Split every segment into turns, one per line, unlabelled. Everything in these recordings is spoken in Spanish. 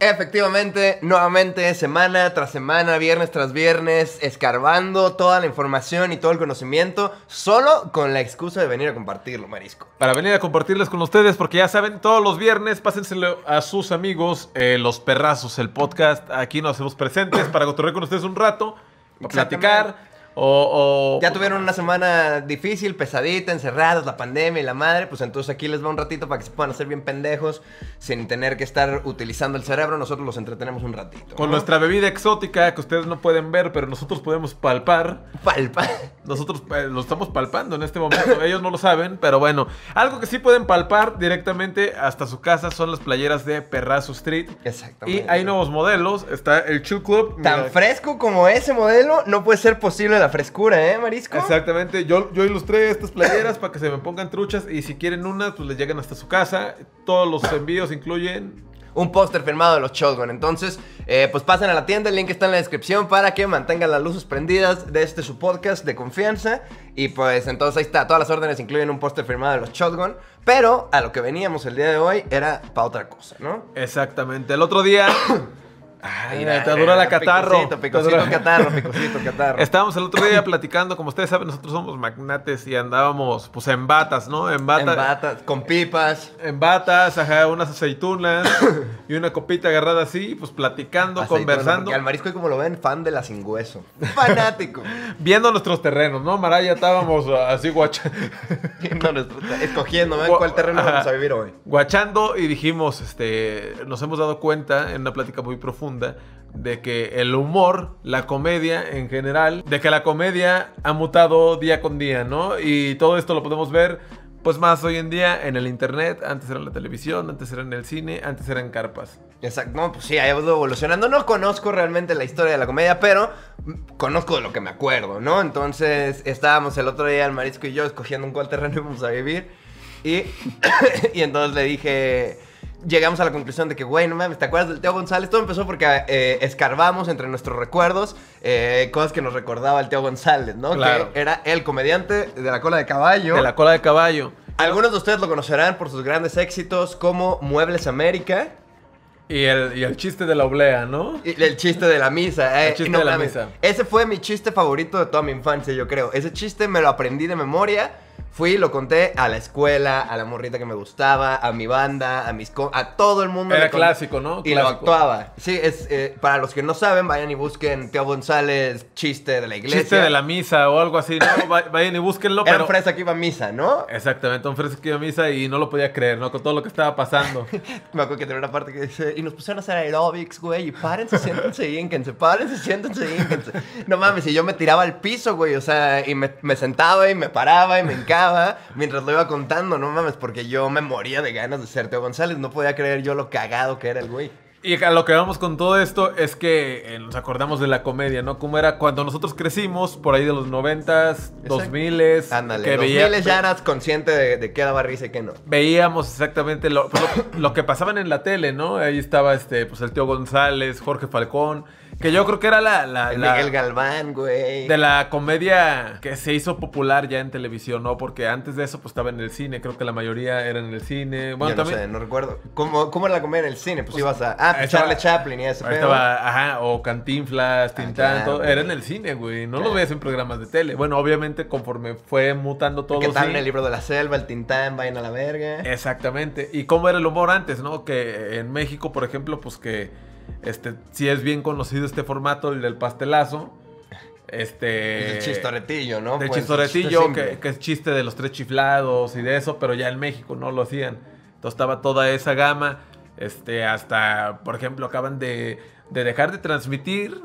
Efectivamente, nuevamente, semana tras semana, viernes tras viernes, escarbando toda la información y todo el conocimiento, solo con la excusa de venir a compartirlo, Marisco.
Para venir a compartirles con ustedes, porque ya saben, todos los viernes pásenselo a sus amigos, eh, Los Perrazos, el podcast. Aquí nos hacemos presentes para cotorrear con ustedes un rato, para platicar. O, o-
Ya tuvieron una semana difícil, pesadita, encerrados, la pandemia y la madre, pues entonces aquí les va un ratito para que se puedan hacer bien pendejos sin tener que estar utilizando el cerebro, nosotros los entretenemos un ratito.
Con
¿no?
nuestra bebida exótica que ustedes no pueden ver, pero nosotros podemos palpar.
palpa.
Nosotros eh, lo estamos palpando en este momento. Ellos no lo saben, pero bueno. Algo que sí pueden palpar directamente hasta su casa son las playeras de Perrazo Street. Y
Exactamente.
hay nuevos modelos. Está el Chill Club.
Tan
mira,
fresco como ese modelo, no puede ser posible la frescura, ¿eh, Marisco?
Exactamente. Yo, yo ilustré estas playeras para que se me pongan truchas. Y si quieren una, pues les llegan hasta su casa. Todos los envíos incluyen.
un póster firmado de los Shotgun. Entonces, eh, pues pasen a la tienda, el link está en la descripción para que mantengan las luces prendidas de este su podcast de confianza. Y pues entonces ahí está, todas las órdenes incluyen un póster firmado de los Shotgun. Pero a lo que veníamos el día de hoy era para otra cosa, ¿no?
Exactamente. El otro día. Ay,
Mira,
te dura la catarro.
Picosito,
Te
picosito,
dura-
catarro, picosito, catarro.
Estábamos el otro día platicando, como ustedes saben, nosotros somos magnates y andábamos pues en batas, ¿no? En
En
bata.
batas, con pipas.
En batas, ajá, unas aceitunas y una copita agarrada así, pues platicando,
aceituna,
conversando,
porque Al marisco, como lo ven, fan de la sin hueso. Fanático.
viendo nuestros terrenos, ¿no? Maraya, estábamos ah, así guacha-
Viendo nuestro- Escogiendo, ¿ven? ¿Cuál terreno vamos a vivir hoy?
guachando y dijimos, este, nos hemos dado cuenta en una plática muy profunda de que el humor, la comedia en general, de que la comedia ha mutado día con día, ¿no? Y todo esto lo podemos ver, pues más hoy en día en el internet, antes era en la televisión, antes era en el cine, antes eran carpas.
Exacto, no, pues sí, ha ido evolucionando. No conozco realmente la historia de la comedia, pero mm, conozco de lo que me acuerdo, ¿no? Entonces estábamos el otro día, el marisco y yo, escogiendo un cuál terreno íbamos a vivir. Y, y entonces le dije, llegamos a la conclusión de que, güey, no mames, ¿te acuerdas del Teo González? Todo empezó porque eh, escarbamos entre nuestros recuerdos eh, cosas que nos recordaba el Teo González, ¿no?
Claro.
Que era el comediante de la cola de caballo.
De la cola de caballo.
Algunos de ustedes lo conocerán por sus grandes éxitos como Muebles América.
Y el, y el chiste de la oblea, ¿no?
Y El chiste de la misa, eh.
El chiste
No
de la
mames.
misa.
Ese fue mi chiste favorito de toda mi infancia, yo creo. Ese chiste me lo aprendí de memoria. Fui y lo conté a la escuela, a la morrita que me gustaba, a mi banda, a mis co- a todo el mundo.
Era
le conté.
clásico, ¿no?
Y lo
Clásico.
actuaba. Sí, es eh, para los que no saben, vayan y busquen Teo González, chiste de la iglesia.
Chiste de la misa o algo así, ¿no? Va- Vayan y búsquenlo,
Era
pero...
un fresa que iba a misa, ¿no?
Exactamente, un fresco que iba a misa y no lo podía creer, ¿no? Con todo lo que estaba pasando.
Me acuerdo que tenía una parte que dice, y nos pusieron a hacer aeróbics, güey, y párense, siéntense, hínquense, párense, siéntense, hínquense. No mames, y yo me tiraba al piso, güey, o sea, y me, me sentaba y me paraba y me hincaba mientras lo iba contando, no mames, porque yo me moría de ganas de ser Teo González, no podía creer yo lo cagado que era el güey.
Y a lo que vamos con todo esto es que eh, nos acordamos de la comedia, ¿no? Como era cuando nosotros crecimos, por ahí de los noventas,
Exacto.
dos miles.
Ándale,
que
los
veía-
miles ya eras consciente de, de qué daba risa y qué no.
Veíamos exactamente lo, pues, lo- lo que pasaban en la tele, ¿no? Ahí estaba este, pues el tío González, Jorge Falcón, que yo creo que era la... la-
El
la-
Miguel Galván, güey.
De la comedia que se hizo popular ya en televisión, ¿no? Porque antes de eso, pues estaba en el cine. Creo que la mayoría era en el cine. Bueno,
yo no
también.
sé, no recuerdo. ¿Cómo, ¿Cómo era la comedia en el cine? Pues, ibas a... Ah, pues,
estaba-
Charlie Chaplin y ese
Ahí
pedo. Ah,
estaba, ajá, o Cantinflas, Tintán,
claro,
todo.
güey.
Era en el cine, güey. No
Claro.
lo ves en programas de tele. Bueno, obviamente, conforme fue mutando todo.
¿Qué tal
sí. Eh,
en el libro de la selva, el Tintán, vayan a la verga?
Exactamente. ¿Y cómo era el humor antes, no? Que en México, por ejemplo, pues que este sí es bien conocido este formato, el del pastelazo. Este.
el chistoretillo, ¿no?
Del
Pues,
chistoretillo,
chiste
que,
simple.
que es chiste de los tres chiflados y de eso, pero ya en México no lo hacían. Entonces estaba toda esa gama. Este, hasta, por ejemplo, acaban de, de dejar de transmitir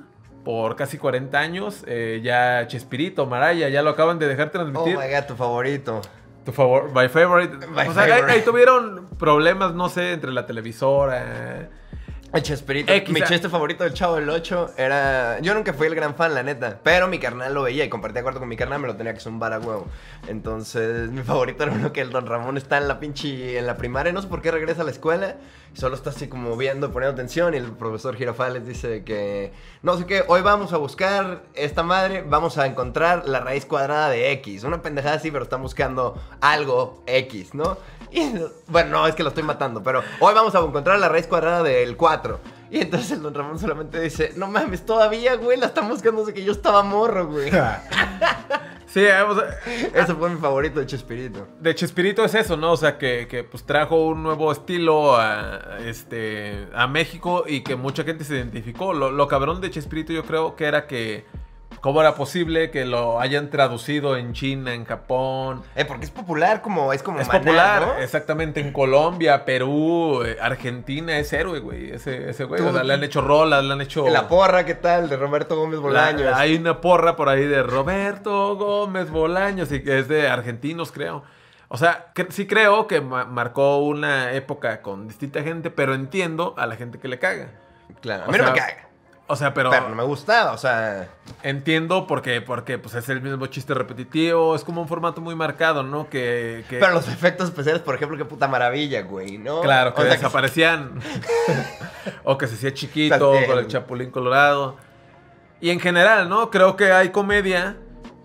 por casi 40 años. eh, ya Chespirito, Maraya, ya lo acaban de dejar
Oh
transmitir.
my god, tu favorito.
Tu favor, my favorite.
My
o sea, ahí-
favorite.
Ahí, tuvieron problemas, no sé, entre la televisora.
El Chespirito.
X,
mi
ah.
chiste favorito del Chavo del 8 era. Yo nunca fui el gran fan, la neta. Pero mi carnal lo veía y compartía cuarto con mi carnal, me lo tenía que zumbar a huevo. Entonces, mi favorito era uno que el Don Ramón está en la pinche. en la primaria. No sé por qué regresa a la escuela. Y solo está así como viendo, poniendo atención. Y el profesor Girafales dice que. No sé qué, hoy vamos a buscar esta madre. Vamos a encontrar la raíz cuadrada de X. Una pendejada así, pero están buscando algo X, ¿no? Y, bueno, no, es que lo estoy matando, pero hoy vamos a encontrar la raíz cuadrada del 4. 4. Y entonces el Don Ramón solamente dice, no mames, todavía, güey, la están buscando desde que yo estaba morro, güey.
Sí, eh, o sea,
Eso fue mi favorito de Chespirito.
de Chespirito es eso, ¿no? O sea, que, que, pues trajo un nuevo estilo a, este, a México y que mucha gente se identificó. Lo, lo cabrón de Chespirito yo creo que era que cómo era posible que lo hayan traducido en China, en Japón.
Eh, porque es popular, como, es como
Es
Maná,
popular,
¿no?
exactamente, en Colombia, Perú, eh, Argentina, es héroe, güey. Ese, ese güey,
Tú-
o sea, le han hecho rolas, le han hecho...
La porra, ¿qué tal? De Roberto Gómez Bolaños.
La- hay una porra por ahí de Roberto Gómez Bolaños, y que es de argentinos, creo. O sea, que- sí creo que ma- marcó una época con distinta gente, pero entiendo a la gente que le caga.
Claro, a
O
mí no me
sea,
caga.
O sea, pero,
Pero no me gustaba, o sea.
entiendo porque, porque pues, es el mismo chiste repetitivo, es como un formato muy marcado, ¿no? Que, que-
Pero los efectos especiales, por ejemplo, qué puta maravilla, güey, ¿no?
claro,
O
que
sea, que-
desaparecían. o que se hacía chiquito
También.
con el chapulín colorado. Y en general, ¿no? Creo que hay comedia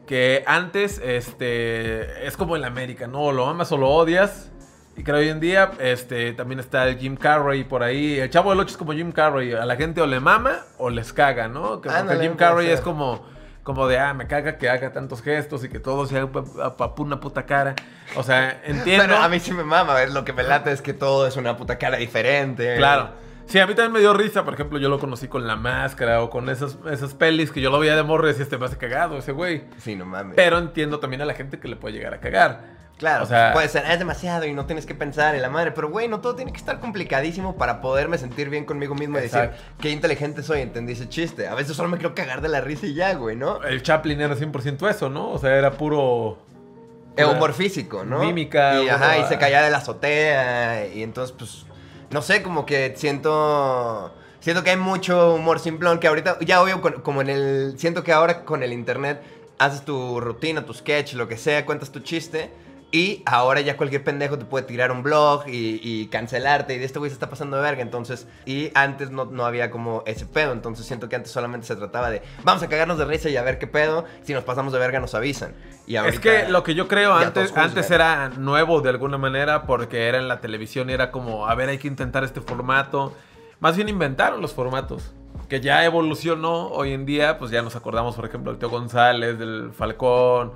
que antes, este, es como en la América, ¿no? O lo amas o lo odias. Y creo hoy en día, este, también está el Jim Carrey por ahí. El Chavo del Ocho es como Jim Carrey. A la gente o le mama o les caga, ¿no? Que porque
Ándale,
Jim
puede
Carrey
ser.
es como, como de, ah, me caga que haga tantos gestos y que todo sea pa- pa- pa- una puta cara. O sea, entiendo.
Pero a mí sí me mama, es lo que me late es que todo es una puta cara diferente.
Claro. Sí, a mí también me dio risa, por ejemplo, yo lo conocí con La Máscara o con esas, esas pelis que yo lo veía de morro y decía, este me hace cagado ese güey.
Sí, no mames.
Pero entiendo también a la gente que le puede llegar a cagar.
claro,
o sea-
puede ser, "Ah, es demasiado y no tienes que pensar en la madre. Pero, güey, no todo tiene que estar complicadísimo para poderme sentir bien conmigo mismo y decir
Exacto.
qué inteligente soy, entendí ese chiste. A veces solo me quiero cagar de la risa y ya, güey, ¿no?
El Chaplin era 100% eso, ¿no? O sea, era puro...
Eh, humor físico, ¿no?
Mímica,
Y,
humor-
ajá, y se caía de la azotea. Y entonces, pues, no sé, como que siento... Siento que hay mucho humor simplón que ahorita, ya obvio, con- como en el... Siento que ahora con el internet haces tu rutina, tu sketch, lo que sea, cuentas tu chiste. Y ahora ya cualquier pendejo te puede tirar un blog y, y cancelarte. Y de este güey se está pasando de verga. Entonces, y antes no, no había como ese pedo. Entonces siento que antes solamente se trataba de vamos a cagarnos de risa y a ver qué pedo. Si nos pasamos de verga nos avisan. Y
Es que
ahorita-
lo que yo creo
ya
antes,
todos
antes
juzgan.
era nuevo de alguna manera porque era en la televisión y era como, a ver, hay que intentar este formato. Más bien inventaron los formatos, que ya evolucionó hoy en día, pues ya nos acordamos, por ejemplo, del Teo González, del Falcón,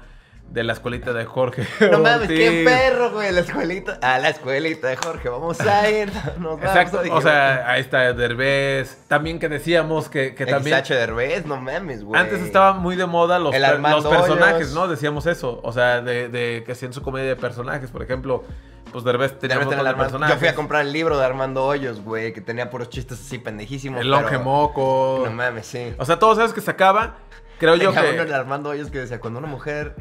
de la escuelita de Jorge.
No mames, qué
Ortiz.
perro, güey, la escuelita. A la escuelita de Jorge, vamos a ir. Nos vamos
Exacto,
a
o
divertir.
sea, ahí está Derbez. También que decíamos que, que
El
también...
Sacho Derbez, no mames, güey.
Antes estaba muy de moda los,
El
per-
Armando
los personajes,
Hoyos.
¿no? Decíamos eso. O sea, de, de que hacían su comedia de personajes. Por ejemplo, pues Derbez tenía
Derbez
un
tenía
montón
el
de
Armando-
personajes.
Yo fui a comprar el libro de Armando Hoyos, güey, que tenía puros chistes así pendejísimos.
El
pero-
Longe Moco.
No mames, sí.
o sea, todos sabes que sacaba. Creo yo
Tenía uno el
que.
Armando Hoyos que decía, cuando una mujer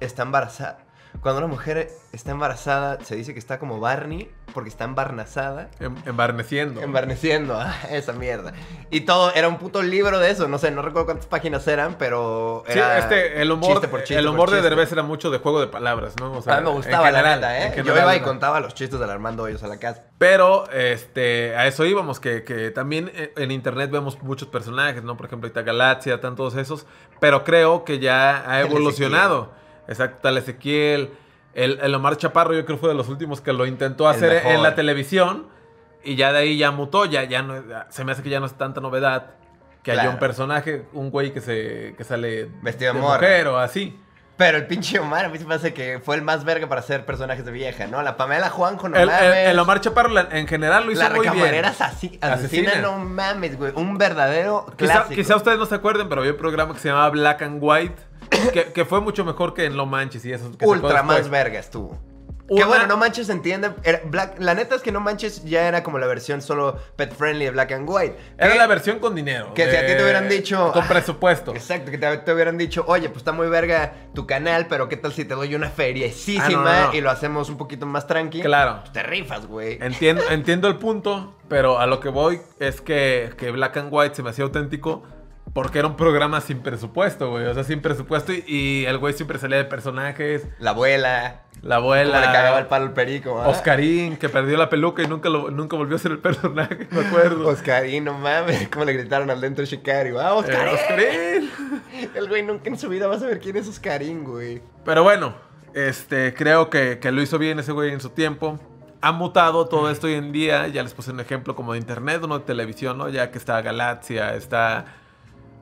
está embarazada, cuando una mujer está embarazada, se dice que está como Barney, porque está embarnazada.
em- embarneciendo.
Embarneciendo, ah, esa mierda. Y todo, era un puto libro de eso, no sé, no recuerdo cuántas páginas eran, pero
Sí,
era
este, el humor,
chiste por chiste
el
por
humor de
chiste.
Derbez era mucho de juego de palabras, ¿no? O sea,
a mí me
en
gustaba la
general,
neta,
en
¿eh? Yo
general,
iba y
¿no?
contaba los chistes del Armando Hoyos a la casa.
Pero este, a eso íbamos, que, que también eh, en internet vemos muchos personajes, ¿no? Por ejemplo, ahorita Galaxia, están todos esos. Pero creo que ya ha
El
evolucionado. Exacto, tal Ezequiel. El, el Omar Chaparro, yo creo que fue de los últimos que lo intentó
El
hacer en
mejor.
la televisión. Y ya de ahí ya mutó, ya, ya no, se me hace que ya no es tanta novedad que haya
Claro.
un personaje, un güey que se que sale
Vestido de morra.
mujer o así.
Pero el pinche Omar, a mí se me hace que fue el más verga para hacer personajes de vieja, ¿no? La Pamela Juanjo, no
El, el-
mames.
el Omar Chaparro la- en general lo hizo
la
muy bien.
recamarera asasi- asesina,
Asesina.
no mames, güey. Un verdadero
Quizá,
clásico.
quizá ustedes no se acuerden, pero había un programa que se llamaba Black and White, que, que fue mucho mejor que en Lo Manches y eso. que sacó
Ultra más
después.
verga estuvo. Que
Una-
bueno, No Manches entiende. era Black, la neta es que No Manches ya era como la versión solo pet friendly de Black and White.
Era
Que-
la versión con dinero.
que si a ti te hubieran dicho,
Con
"Ah,
presupuesto.
Exacto, que te, te hubieran dicho, oye, pues está muy verga tu canal, pero ¿qué tal si te doy una feriecísima
Ah, no, no, no.
y lo hacemos un poquito más tranqui?
Claro.
Pues te rifas, güey.
Entiendo, entiendo el punto, pero a lo que voy es que, que Black and White se me hacía auténtico porque era un programa sin presupuesto, güey. O sea, sin presupuesto y, y el güey siempre salía de personajes.
La abuela.
La
cómo
abuela.
le cagaba el palo el perico. ¿ah?
Oscarín, que perdió la peluca y nunca, lo- nunca volvió a ser el personaje, me acuerdo.
Oscarín, no mames. ¿Cómo le gritaron al dentro de Shikari? ¡Ah,
Eh,
Oscarín!
Oscarín.
El güey nunca en su vida va a saber quién es Oscarín, güey.
Pero bueno, este, creo que, que lo hizo bien ese güey en su tiempo. ha mutado todo esto hoy en día. Ya les puse un ejemplo como de internet, uno de televisión, ¿no? Ya que está Galaxia, está.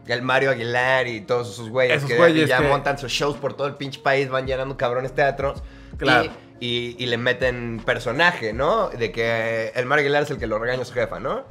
El Mario Aguilar y todos esos güeyes
Esos
que
güeyes
ya
que-
montan sus shows por todo el pinche país, van llenando cabrones teatros.
Claro.
Y, y- y le meten personaje, ¿no? De que el Mario Aguilar es el que lo regaña a su jefa, ¿no?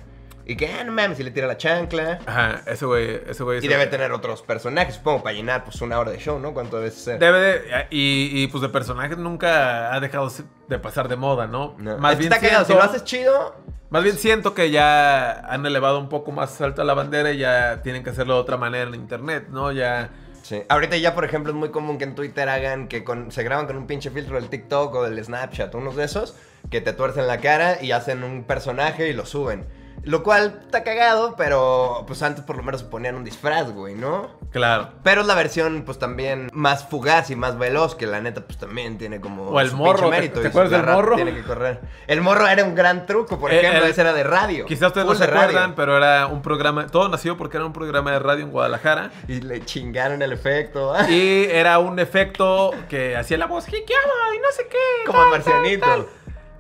Y que, ah, no mames, y le tira la chancla.
Ajá, ese güey. Ese güey
Y
ese
debe
güey.
tener otros personajes, supongo, para llenar pues una hora de show, ¿no? ¿Cuánto debe ser?
Debe de- y, y, pues de personajes nunca ha dejado de pasar de moda, ¿no?
No.
Más,
Es que
bien
está cagado, si
siento-
lo haces chido,
más bien siento que ya han elevado un poco más alto la bandera y ya tienen que hacerlo de otra manera en internet, ¿no? Ya.
Sí. Ahorita ya, por ejemplo, es muy común que en Twitter hagan que con- se graban con un pinche filtro del TikTok o del Snapchat, unos de esos, que te tuercen la cara y hacen un personaje y lo suben. Lo cual está cagado, pero pues antes por lo menos se ponían un disfraz, güey, ¿no?
Claro.
Pero es la versión, pues también más fugaz y más veloz, que la neta, pues también tiene como.
O el
su
morro,
pinche
¿te-
mérito
te
y su
acuerdas del
garra-
morro?
Tiene que correr. El morro era un gran truco, por
El-
ejemplo,
el-
ese era de radio.
Quizás ustedes no
full
se
de radio.
acuerdan, pero era un programa. Todo nació porque era un programa de radio en Guadalajara.
Y le chingaron el efecto. ah,
Y era un efecto que hacía la voz jiquiaba y no sé qué.
Como
tal,
marcianito.
tal, tal.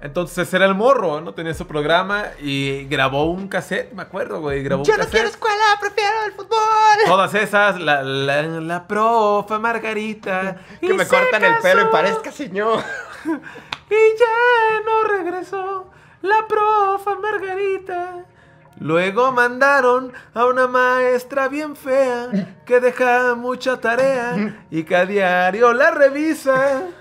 Entonces era el morro, ¿no? Tenía su programa y grabó un cassette, me acuerdo, güey. Grabó un cassette. Oh,
escuela, prefiero el fútbol.
Todas esas, la, la, la profe Margarita.
Que
y
me
se
cortan el pelo y
casó,
parezca señor.
Y ya no regresó la profe Margarita. Luego mandaron a una maestra bien fea que deja mucha tarea y que a diario la revisa.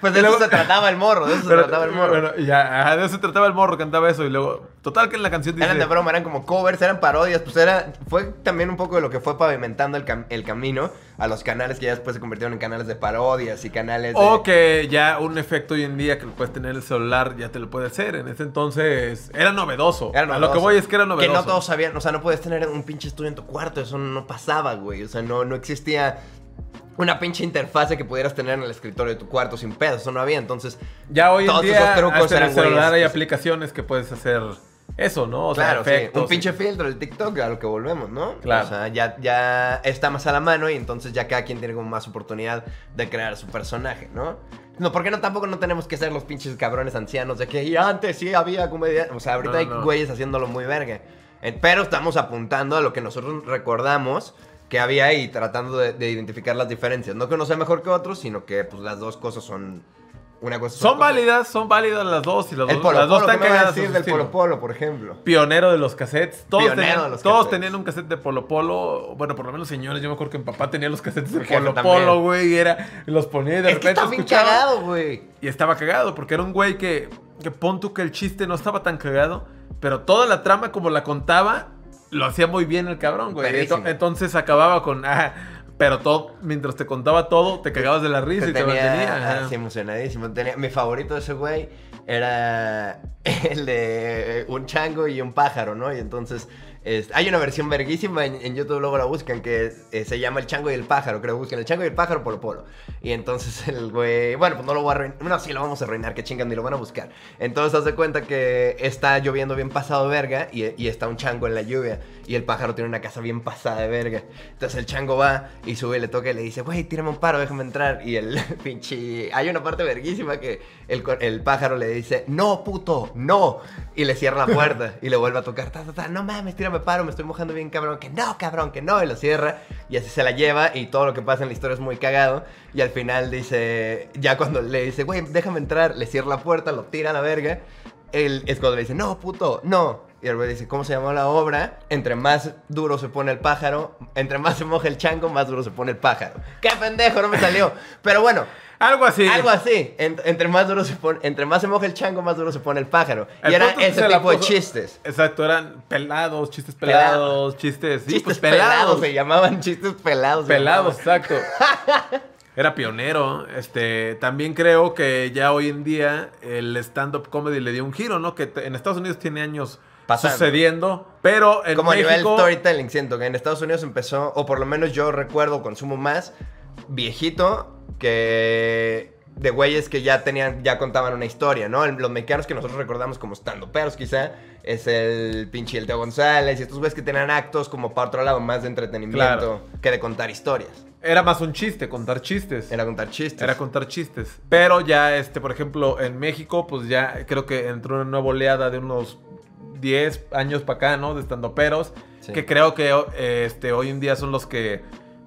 Pues de eso se trataba el morro, de eso se
Pero-
trataba el morro.
bueno, ya, ajá, de eso se trataba el morro, cantaba eso y luego. Total que en la canción dice.
Eran de broma, eran como covers, eran parodias, pues era, fue también un poco de lo que fue pavimentando el, cam- el camino a los canales que ya después se convirtieron en canales de parodias y canales de...
O que ya un efecto hoy en día que lo puedes tener en el celular, ya te lo puede hacer. En ese entonces era novedoso.
Era
A lo que
novedoso.
voy es que era novedoso.
Que no todos sabían, o sea, no podías tener un pinche estudio en tu cuarto, eso no pasaba, güey. O sea, no, no existía una pinche interfase que pudieras tener en el escritorio de tu cuarto sin pedo, eso no había. Entonces,
Ya hoy en
Todos
día
esos trucos
hasta en el
eran güeyes. pues.
celular hay aplicaciones que puedes hacer eso, ¿no? O sea,
claro, sí,
efectos.
un pinche filtro el TikTok a lo que volvemos, ¿no?
Claro.
O sea, ya, ya está más a la mano y entonces ya cada quien tiene como más oportunidad de crear su personaje, ¿no? No, porque no tampoco no tenemos que ser los pinches cabrones ancianos de que y antes sí había comedia, o sea, ahorita
No,
hay
no.
güeyes haciéndolo muy verga. Eh, Pero estamos apuntando a lo que nosotros recordamos que había ahí, tratando de, de identificar las diferencias. No que uno sea mejor que otro, sino que pues las dos cosas son una cosa.
Son
otra.
válidas, son válidas las dos y las,
El
dos,
polo
las
polo,
dos están
¿qué me vas a
cagadas. en
decir
su
del
estilo.
polo polo, por ejemplo?
Pionero de los cassettes. Todos,
Pionero
tenían,
de los
todos
cassettes.
tenían un cassette de Polo Polo. Bueno, por lo menos señores, yo me acuerdo que mi papá tenía los cassettes de
Mi jefe
Polo
también.
Polo, güey. Y era, los ponía y de
es que
repente
está bien
escuchaba.
cagado, güey.
Y estaba cagado, porque era un güey que, que pon tú que el chiste no estaba tan cagado, pero toda la trama como la contaba, lo hacía muy bien el cabrón, güey.
Perrísimo.
Ento- entonces acababa con, ah, pero todo, mientras te contaba todo, te cagabas de la risa
Te
y te mantenía.
Pues tenía ah,
ajá.
así emocionadísimo. Tenía- mi favorito de ese güey era el de eh, un chango y un pájaro, ¿no? Y entonces es- hay una versión verguísima en, en YouTube, luego la buscan, que eh, se llama El chango y el pájaro, creo. Buscan El chango y el pájaro por polo. Y entonces el güey, bueno, pues no lo voy a arruinar. No, sí, lo vamos a arruinar, que chingan, ni lo van a buscar. Entonces hace cuenta que está lloviendo bien pasado de verga y, y está un chango en la lluvia. Y el pájaro tiene una casa bien pasada de verga. Entonces el chango va y sube y le toca y le dice, güey, tírame un paro, déjame entrar. Y el pinche... Hay una parte verguísima que el, co- el pájaro le dice, no, puto, no. Y le cierra la puerta y le vuelve a tocar, ta, ta, ta, no mames, tírame paro, me estoy mojando bien cabrón. Que no, cabrón, que no. Y lo cierra y así se la lleva y todo lo que pasa en la historia es muy cagado. Y al final dice, ya cuando le dice, güey, déjame entrar, le cierra la puerta, lo tira a la verga. Él es cuando le dice, no, puto, no. Y el güey dice, ¿cómo se llamó la obra? Entre más duro se pone el pájaro, entre más se moja el chango, más duro se pone el pájaro. ¡Qué pendejo! No me salió. Pero bueno,
Algo así.
algo así. En- entre, más duro se pone, entre más se moja el chango, más duro se pone el pájaro.
El
y era
punto es que
ese
se la
tipo de
puso-
chistes.
Exacto, eran pelados, chistes
Pelado.
pelados, chistes. sí,
chistes
pues,
pelados. se llamaban chistes pelados. se
Pelados,
llamaban.
exacto. Era pionero. Este, también creo que ya hoy en día el stand-up comedy le dio un giro, ¿no? Que te- en Estados Unidos tiene años
Pasando.
sucediendo, pero en
Como a nivel
México...
storytelling, siento que en Estados Unidos empezó, o por lo menos yo recuerdo, consumo más viejito que de güeyes que ya tenían, ya contaban una historia, ¿no? El- Los mexicanos que nosotros recordamos como estando peros, quizá, es el pinche El Teo González y estos güeyes que tenían actos como para otro lado, más de entretenimiento
Claro.
que de contar historias.
Era más un chiste, contar chistes.
Era contar chistes.
Era contar chistes. Pero ya, este, por ejemplo, en México, pues ya creo que entró una nueva oleada de unos 10 años para acá, ¿no? De estandoperos.
Sí.
Que creo que eh, este, hoy en día son los que.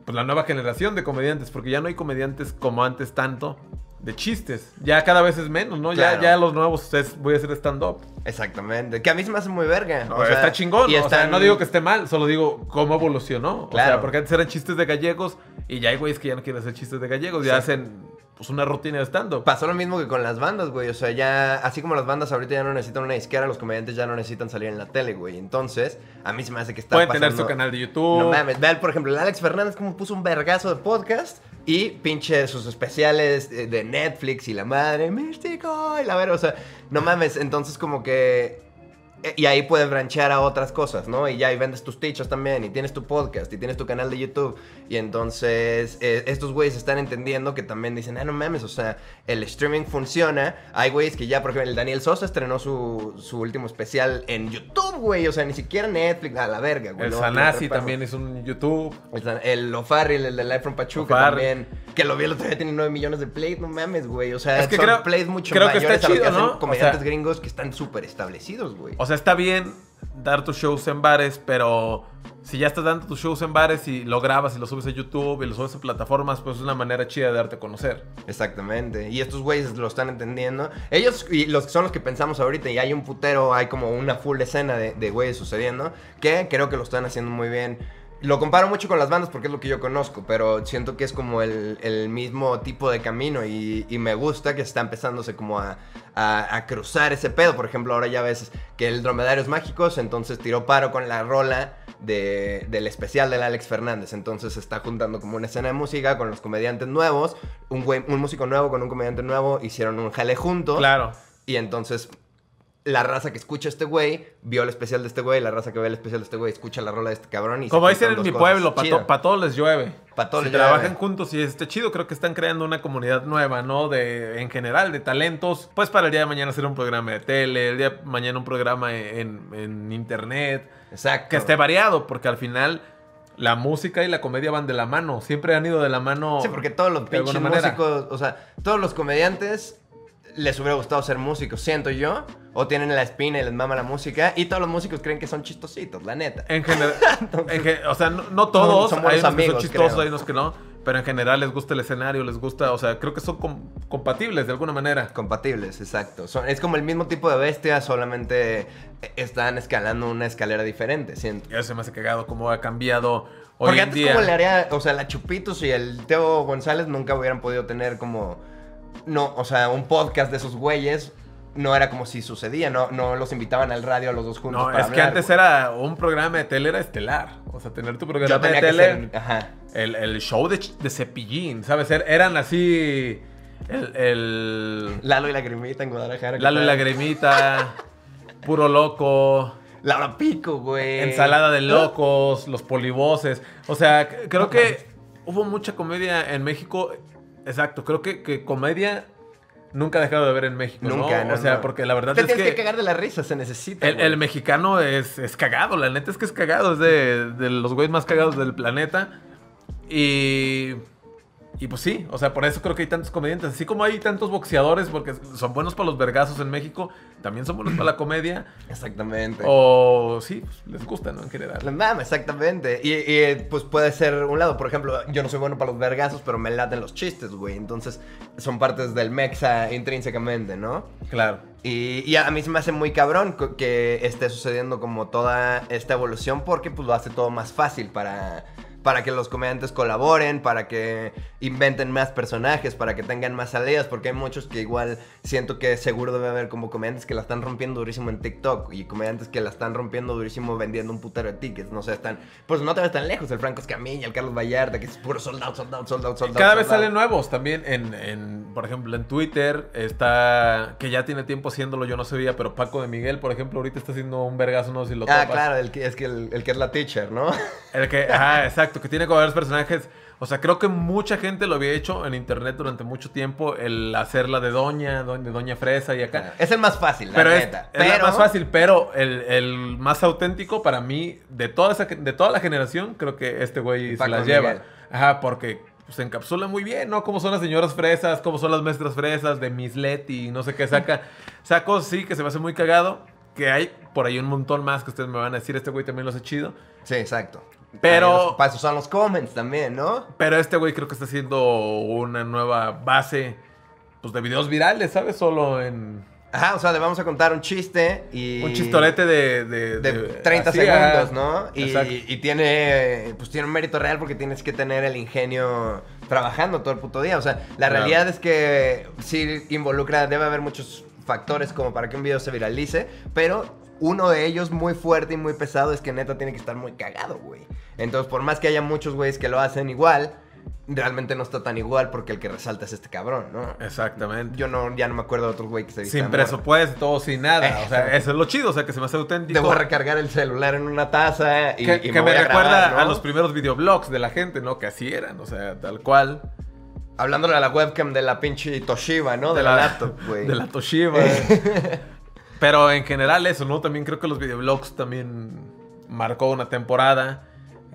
Pues la nueva generación de comediantes. Porque ya no hay comediantes como antes tanto de chistes. Ya cada vez es menos, ¿no? Ya,
Claro.
ya los nuevos es, voy a hacer stand-up.
Exactamente. Que a mí se me hace muy verga.
O sea, está chingón.
y
¿no? O sea,
están-
no digo que esté mal, solo digo cómo evolucionó. O sea,
Claro.
porque antes eran chistes de gallegos y ya hay güeyes que ya no quieren hacer chistes de gallegos. Ya
Sí.
hacen pues una rutina de stand-up.
Pasó lo mismo que con las bandas, güey. O sea, ya, así como las bandas ahorita ya no necesitan una izquierda, los comediantes ya no necesitan salir en la tele, güey. Entonces, a mí se me hace que está
Pueden
pasando...
tener su canal de YouTube.
No mames, vean, por ejemplo, el Alex Fernández como puso un vergazo de podcast y pinche sus especiales eh, de Netflix y la madre, místico, y la verga, o sea, no mames, entonces como que... eh, Y ahí puedes branchear a otras cosas, ¿no? Y ya ahí vendes tus tichos también, y tienes tu podcast, y tienes tu canal de YouTube. Y entonces eh, estos güeyes están entendiendo que también dicen, ah, no mames, o sea, el streaming funciona. Hay güeyes que ya, por ejemplo, el Daniel Sosa estrenó su, su último especial en YouTube, güey. O sea, ni siquiera Netflix, a la verga, güey.
El
no,
Sanasi
no, no, no.
también es un YouTube.
El San- El O'Farrill, el de Live from Pachuca
O'Farrill.
también. Que lo vi el otro día, tiene 9 millones de plays. No mames, güey. O sea,
Es que
son
creo-
plays mucho
creo que
mayores
está
a lo que
chido, ¿no?
hacen
O
comediantes
sea-
gringos que están súper establecidos, güey.
O sea, está bien dar tus shows en bares, pero si ya estás dando tus shows en bares y lo grabas y lo subes a YouTube y lo subes a plataformas, pues es una manera chida de darte a conocer.
Exactamente. Y estos güeyes lo están entendiendo. Ellos y los son los que pensamos ahorita. Y hay un putero, hay como una full escena de, de güeyes sucediendo. Que creo que lo están haciendo muy bien. Lo comparo mucho con las bandas porque es lo que yo conozco. Pero siento que es como el, el mismo tipo de camino. Y, y me gusta que está empezándose como a, a- a cruzar ese pedo. Por ejemplo, ahora ya ves que el dromedario es mágicos. Entonces tiró paro con la rola de- del especial del Alex Fernández. Entonces se está juntando como una escena de música con los comediantes nuevos. Un, güey, un músico nuevo con un comediante nuevo hicieron un jale juntos.
Claro.
Y entonces la raza que escucha a este güey vio el especial de este güey. La raza que ve el especial de este güey escucha la rola de este cabrón. Y se
Como
juntan
dicen en
dos
mi
cosas.
pueblo, para
Chido.
todos les llueve.
Pa' todos
si
les llueve.
trabajan juntos y este chido, creo que están creando una comunidad nueva, ¿no? De, en general, de talentos. Pues para el día de mañana hacer un programa de tele, el día de mañana un programa en, en internet.
Exacto.
Que esté variado, porque al final la música y la comedia van de la mano. Siempre han ido de la mano.
Sí, porque todos los
de alguna
pinches
manera.
músicos, o sea, todos los comediantes les hubiera gustado ser músicos, siento yo, o tienen la espina y les mama la música, y todos los músicos creen que son chistositos, la neta.
En general. en ge- o sea, no, no todos.
Son- son buenos
hay unos que
amigos,
son chistosos,
creo.
hay unos que no. Pero en general les gusta el escenario, les gusta. O sea, creo que son com- compatibles de alguna manera.
Compatibles, exacto. Son, es como el mismo tipo de bestia, solamente están escalando una escalera diferente, siento.
Ya se me hace cagado cómo ha cambiado hoy
Porque
en
antes
día.
como le haría, o sea, la Chupitos y el Teo González nunca hubieran podido tener como, no, o sea, un podcast de esos güeyes. No era como si sucedía, no, no los invitaban al radio a los dos juntos.
No,
para
es que
hablar,
antes
güey.
era un programa de tele, era estelar. O sea, tener tu programa
Yo
de
tenía que
tele.
ser- ajá.
El, el show de, ch- de Cepillín, ¿sabes? Er- Eran así. El. el
Lalo y la Grimita en Guadalajara.
Lalo y la
Grimita.
Gremita. Puro loco.
Laura Pico, güey.
Ensalada de locos, los polivoces. O sea, c- creo que hubo mucha comedia en México. Exacto, creo que, que comedia nunca ha dejado de ver en México. ¿no?
Nunca, no,
O sea,
no.
porque la verdad
Te
es
tienes que... cagar de la risa, se necesita.
El,
güey.
el mexicano es, es cagado, la neta es que es cagado, es de, de los güeyes más cagados del planeta. Y. Y pues sí, o sea, por eso creo que hay tantos comediantes. Así como hay tantos boxeadores, porque son buenos para los vergazos en México, también son buenos para la comedia.
Exactamente.
Oh. O sí, pues, les gusta, ¿no? En general.
La mama, exactamente. Y, y, pues puede ser un lado. Por ejemplo, yo no soy bueno para los vergazos, pero me laten los chistes, güey. Entonces, son partes del mexa intrínsecamente, ¿no?
Claro.
Y, y a mí se me hace muy cabrón co- que esté sucediendo como toda esta evolución porque pues lo hace todo más fácil para, para que los comediantes colaboren, para que inventen más personajes, para que tengan más salidas, porque hay muchos que igual siento que seguro debe haber como comediantes que la están rompiendo durísimo en TikTok y comediantes que la están rompiendo durísimo vendiendo un putero de tickets, no sé, están, pues no te ves tan lejos, el Franco Escamilla, el Carlos Vallarta, que es puro soldado, soldado, soldado, soldado.
Cada vez salen nuevos también en, en, por ejemplo, en Twitter está, que ya tiene tiempo haciéndolo, yo no sabía, pero Paco de Miguel, por ejemplo, ahorita está haciendo un vergazo, no sé si lo
Ah,
topas.
claro, el que, es que el, el que es la teacher, ¿no?
El que, ajá, exacto, que tiene como varios personajes. O sea, creo que mucha gente lo había hecho en internet durante mucho tiempo, el hacerla de Doña, do- de Doña Fresa y acá.
Es el más fácil, Ah, la
Pero es,
neta.
es la
Pero-
más fácil, pero el, el más auténtico para mí, de toda, esa, de toda la generación, creo que este güey se
Paco
las
Miguel.
lleva. Ajá, porque se encapsula muy bien, ¿no? Como son las señoras fresas, como son las maestras fresas de Miss Letty, no sé qué saca. Saco, sí, que se me hace muy cagado. Que hay por ahí un montón más que ustedes me van a decir, este güey también lo hace chido.
Sí, exacto.
Pero-
Ahí los- Para eso son los comments también, ¿no?
Pero este güey creo que está haciendo una nueva base pues, de videos virales, ¿sabes? Solo en
Ajá, o sea, le vamos a contar un chiste y...
un chistolete de... De,
de
de-
30
Eh, así,
segundos,
ajá.
¿no?
Exacto.
Y, y tiene, eh, pues tiene un mérito real porque tienes que tener el ingenio trabajando todo el puto día. O sea, la
Claro.
realidad es que sí involucra, debe haber muchos factores como para que un video se viralice, pero uno de ellos muy fuerte y muy pesado es que neta tiene que estar muy cagado, güey. Entonces, por más que haya muchos güeyes que lo hacen igual, realmente no está tan igual porque el que resalta es este cabrón, ¿no?
Exactamente.
Yo no, ya no me acuerdo de otros güeyes que se
Eh. sin
vistan morra.
presupuesto, sin nada.
Eh,
o sea,
exacto.
eso es lo chido, o sea, que se me hace auténtico.
Debo recargar el celular en una taza y,
que
y
que me,
voy a
recuerda
grabar, ¿no?
a los primeros videoblogs de la gente, ¿no? Que así eran, o sea, tal cual.
Hablándole a la webcam de la pinche Toshiba, ¿no? De, la, laptop, güey.
De la Toshiba. Pero en general eso, ¿no? También creo que los videoblogs también marcó una temporada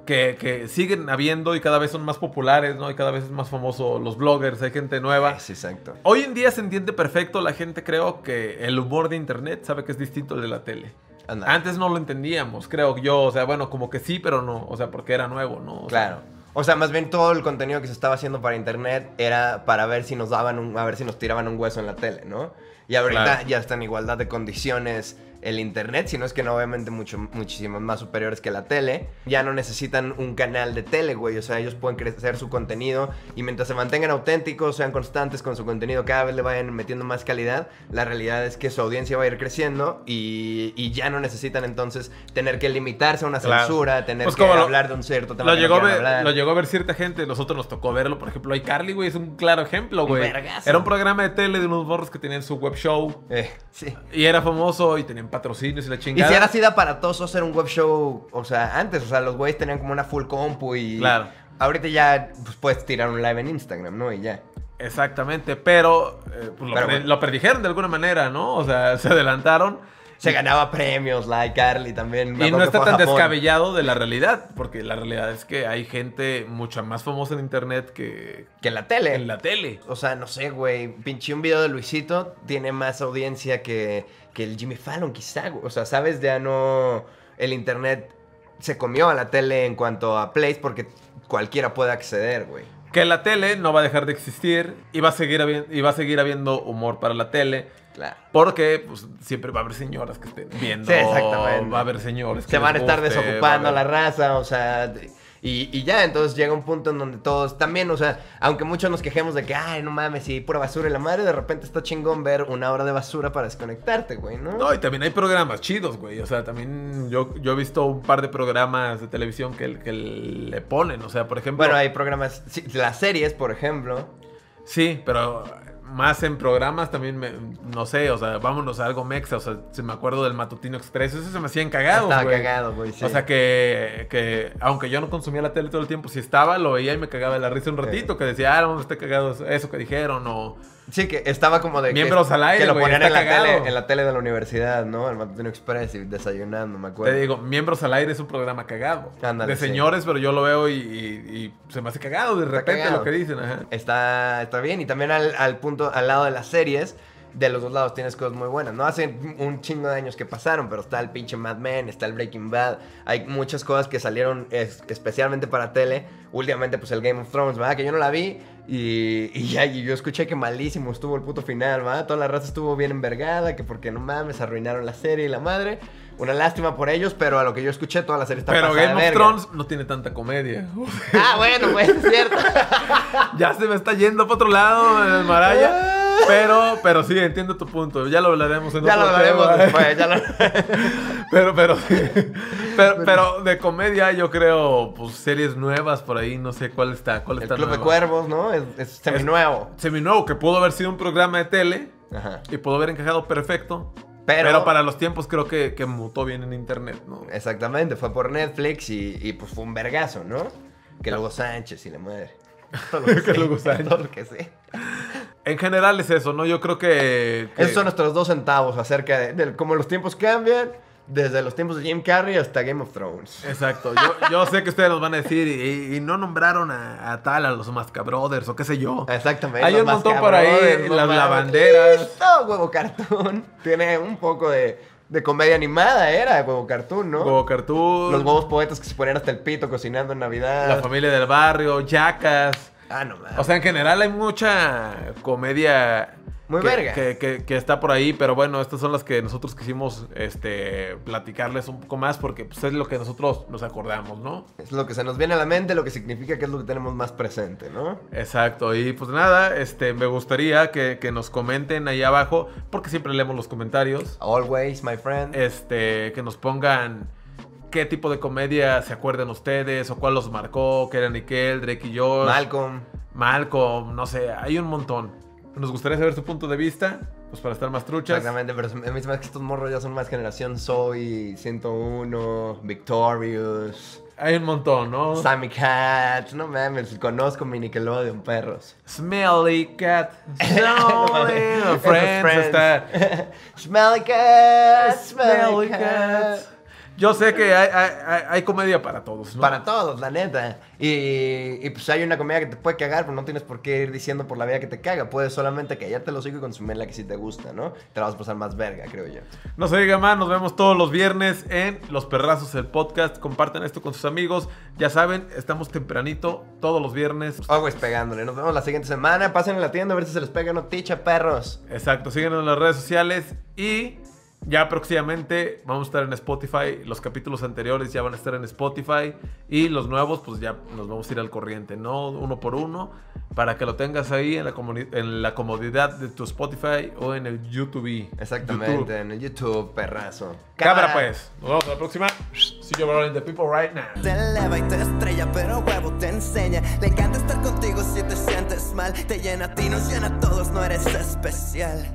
que, que siguen habiendo y cada vez son más populares, ¿no? Y cada vez es más famoso los bloggers, hay gente nueva.
Sí, exacto.
Hoy en día se entiende perfecto la gente, creo que el humor de internet sabe que es distinto al de la tele.
Anda.
Antes no lo entendíamos, creo yo, o sea, bueno, como que sí, pero no, o sea, porque era nuevo, ¿no? O sea,
Claro. O sea, más bien todo el contenido que se estaba haciendo para internet era para ver si nos daban un, a ver si nos tiraban un hueso en la tele, ¿no? Y ahorita
Claro.
ya está en igualdad de condiciones el internet, si no es que no, obviamente mucho, muchísimas más superiores que la tele. Ya no necesitan un canal de tele, güey. O sea, ellos pueden crecer su contenido y mientras se mantengan auténticos, sean constantes con su contenido, cada vez le vayan metiendo más calidad, la realidad es que su audiencia va a ir creciendo y, y ya no necesitan entonces tener que limitarse a una
Claro.
censura, tener
Pues
que
como lo-
hablar de un cierto tema.
Lo
que no
llegó, a
quieran
ver,
hablar.
lo llegó a ver cierta gente, nosotros nos tocó verlo, por ejemplo, iCarly, güey, es un claro ejemplo,
Un
güey.
vergazo.
Era un programa de tele de unos borros que tenían su web show
Eh, sí.
y era famoso y tenían patrocinios y la
Y
chingada.
si era así de aparatoso hacer un web show, o sea, antes, o sea, los güeyes tenían como una full compu y.
Claro.
Ahorita ya pues, puedes tirar un live en Instagram, ¿no? Y ya.
Exactamente, pero, eh, pues, lo,
Pero,
pre-
güey.
lo predijeron de alguna manera, ¿no? O sea, se adelantaron.
Se ganaba premios, like Carly también. me
Y
acuerdo
no
que
está
fue a
tan
Japón.
descabellado de la realidad, porque la realidad es que hay gente mucha más famosa en internet que
Que en la tele.
en la tele.
O sea, no sé, güey. Pinche un video de Luisito tiene más audiencia que, que el Jimmy Fallon, quizá. güey. O sea, sabes, ya no. El internet se comió a la tele en cuanto a plays porque cualquiera puede acceder, güey.
Que la tele no va a dejar de existir y va a seguir, habi- y va a seguir habiendo humor para la tele.
Claro.
Porque pues, siempre va a haber señoras que estén viendo.
Sí, exactamente.
Va a haber señores que
se van a
les
estar
guste,
desocupando
va a
la
haber-
raza, o sea, de- y, y ya, entonces llega un punto en donde todos también, o sea, aunque muchos nos quejemos de que, ay, no mames, y pura basura y la madre, de repente está chingón ver una hora de basura para desconectarte, güey, ¿no?
No, y también hay programas chidos, güey. O sea, también yo, yo he visto un par de programas de televisión que, que le ponen. O sea, por ejemplo.
bueno, hay programas, sí, las series, por ejemplo,
Sí, pero más en programas también, me- no sé, o sea, vámonos a algo mexa. O sea, se me acuerdo del Matutino Express. Eso se me hacían cagados,
estaba
güey.
cagado, güey, sí.
O sea que, que, aunque yo no consumía la tele todo el tiempo, si estaba, lo veía y me cagaba de la risa un ratito, que decía, ah, no, está cagado eso- eso que dijeron, o...
Sí, que estaba como de... que-
Miembros al aire,
Que lo
güey,
ponían
está
en la,
cagado.
tele, en la tele de la universidad, ¿no? El Matutino Express y desayunando, me acuerdo.
Te digo, Miembros al Aire es un programa cagado.
Ándale,
de
sí.
señores, pero yo lo veo y, y- y se me hace cagado de repente
cagado.
lo que dicen, ajá.
Está, está bien. Y también al, al punto, al lado de las series, de los dos lados tienes cosas muy buenas. No hace un chingo de años que pasaron, pero está el pinche Mad Men, está el Breaking Bad. Hay muchas cosas que salieron es- especialmente para tele. Últimamente, pues el Game of Thrones, ¿verdad? Que yo no la vi. Y, y ya, y yo escuché que malísimo estuvo el puto final, ¿verdad? Toda la raza estuvo bien envergada, que porque no mames, arruinaron la serie y la madre. Una lástima por ellos, pero a lo que yo escuché, toda la serie está
Pero
pasada de
Game of
verga.
Thrones no tiene tanta comedia.
Ah, bueno, pues es cierto.
ya se me está yendo para otro lado, eh, Maraya. Pero, pero sí, entiendo tu punto. Ya lo hablaremos en
Ah. ya
otro
lo hablaremos
tema.
después, ya lo...
Pero, pero, pero, pero de comedia yo creo, pues series nuevas por ahí, no sé cuál está, cuál
El
está
Club de
nueva.
Cuervos, ¿no? Es, es seminuevo.
Seminuevo, que pudo haber sido un programa de tele
Ajá.
y pudo haber encajado perfecto.
Pero-
Pero, para los tiempos creo que, que mutó bien en internet, ¿no?
Exactamente, fue por Netflix y, y, pues fue un vergazo, ¿no? Que luego Sánchez y la madre. Todo lo que,
Que
sé,
luego Sánchez.
Todo lo que sé.
En general es eso, ¿no? Yo creo que... que-
Esos son nuestros dos centavos acerca de, de cómo los tiempos cambian, Desde los tiempos de Jim Carrey hasta Game of Thrones.
Exacto, yo, yo sé que ustedes nos van a decir y, y no nombraron a, a tal, a los Mascabrothers o qué sé yo.
Exactamente.
Hay
los
un
más
montón por ahí,
cabrones, no
las
mames.
lavanderas.
¡Listo, huevo cartoon! Tiene un poco de, de comedia animada, era de huevo cartoon, ¿no?
Huevo Cartoon,
Los huevos poetas que se ponían hasta el pito cocinando en Navidad.
La Familia del Barrio, Yacas.
Ah, no mames.
O sea, en general hay mucha comedia.
Muy
que,
verga.
Que, que- que está por ahí, pero bueno, estas son las que nosotros quisimos este, platicarles un poco más porque pues, es lo que nosotros nos acordamos, ¿no?
es lo que se nos viene a la mente, lo que significa que es lo que tenemos más presente, ¿no?
Exacto, y pues nada, este, me gustaría que, que nos comenten ahí abajo, porque siempre leemos los comentarios,
Always, my friend.
este, que nos pongan qué tipo de comedia se acuerdan ustedes, o cuál los marcó, que era Nickel, Drake y Josh,
Malcolm.
Malcolm, no sé, hay un montón. Nos gustaría saber su punto de vista, pues para estar más truchas.
Exactamente, pero se- a mí se me hace que estos morros ya son más generación Soy, 101, Victorious,
Hay un montón, ¿no?
Sammy Cat, no mames, conozco mi Nickelodeon, perros.
Smelly Cat,
No
Smelly
mames. Esos
Friends,
Friends.
está...
Smelly Cat, Smelly
Smelly
Cat.
Cats. Yo sé que hay, hay- hay- hay comedia para todos, ¿no?
Para todos, la neta. Y, y, pues hay una comida que te puede cagar, pero no tienes por qué ir diciendo por la vida que te caga. Puedes solamente callarte los hocico y consumir la que sí te gusta, ¿no? Te la vas a pasar más verga, creo yo.
No se diga más, nos vemos todos los viernes en Los Perrazos, el podcast. Compartan esto con sus amigos. Ya saben, estamos tempranito todos los viernes.
Always Oh, pues, pegándole. Nos vemos la siguiente semana. Pasen en la tienda a ver si se les pega no ticha, perros.
Exacto, síguenos en las redes sociales y ya próximamente vamos a estar en Spotify. Los capítulos anteriores ya van a estar en Spotify y los nuevos pues ya nos vamos a ir al corriente, ¿no? Uno por uno para que lo tengas ahí en la, comuni- en la comodidad de tu Spotify o en el YouTube.
Exactamente,
YouTube.
en el YouTube, perrazo.
Cámara pues, nos vemos a la próxima. See you rolling the people right now.
Te eleva y te estrella, pero huevo te enseña. Le encanta estar contigo si te sientes mal. Te llena a ti, nos llena a todos, no eres especial.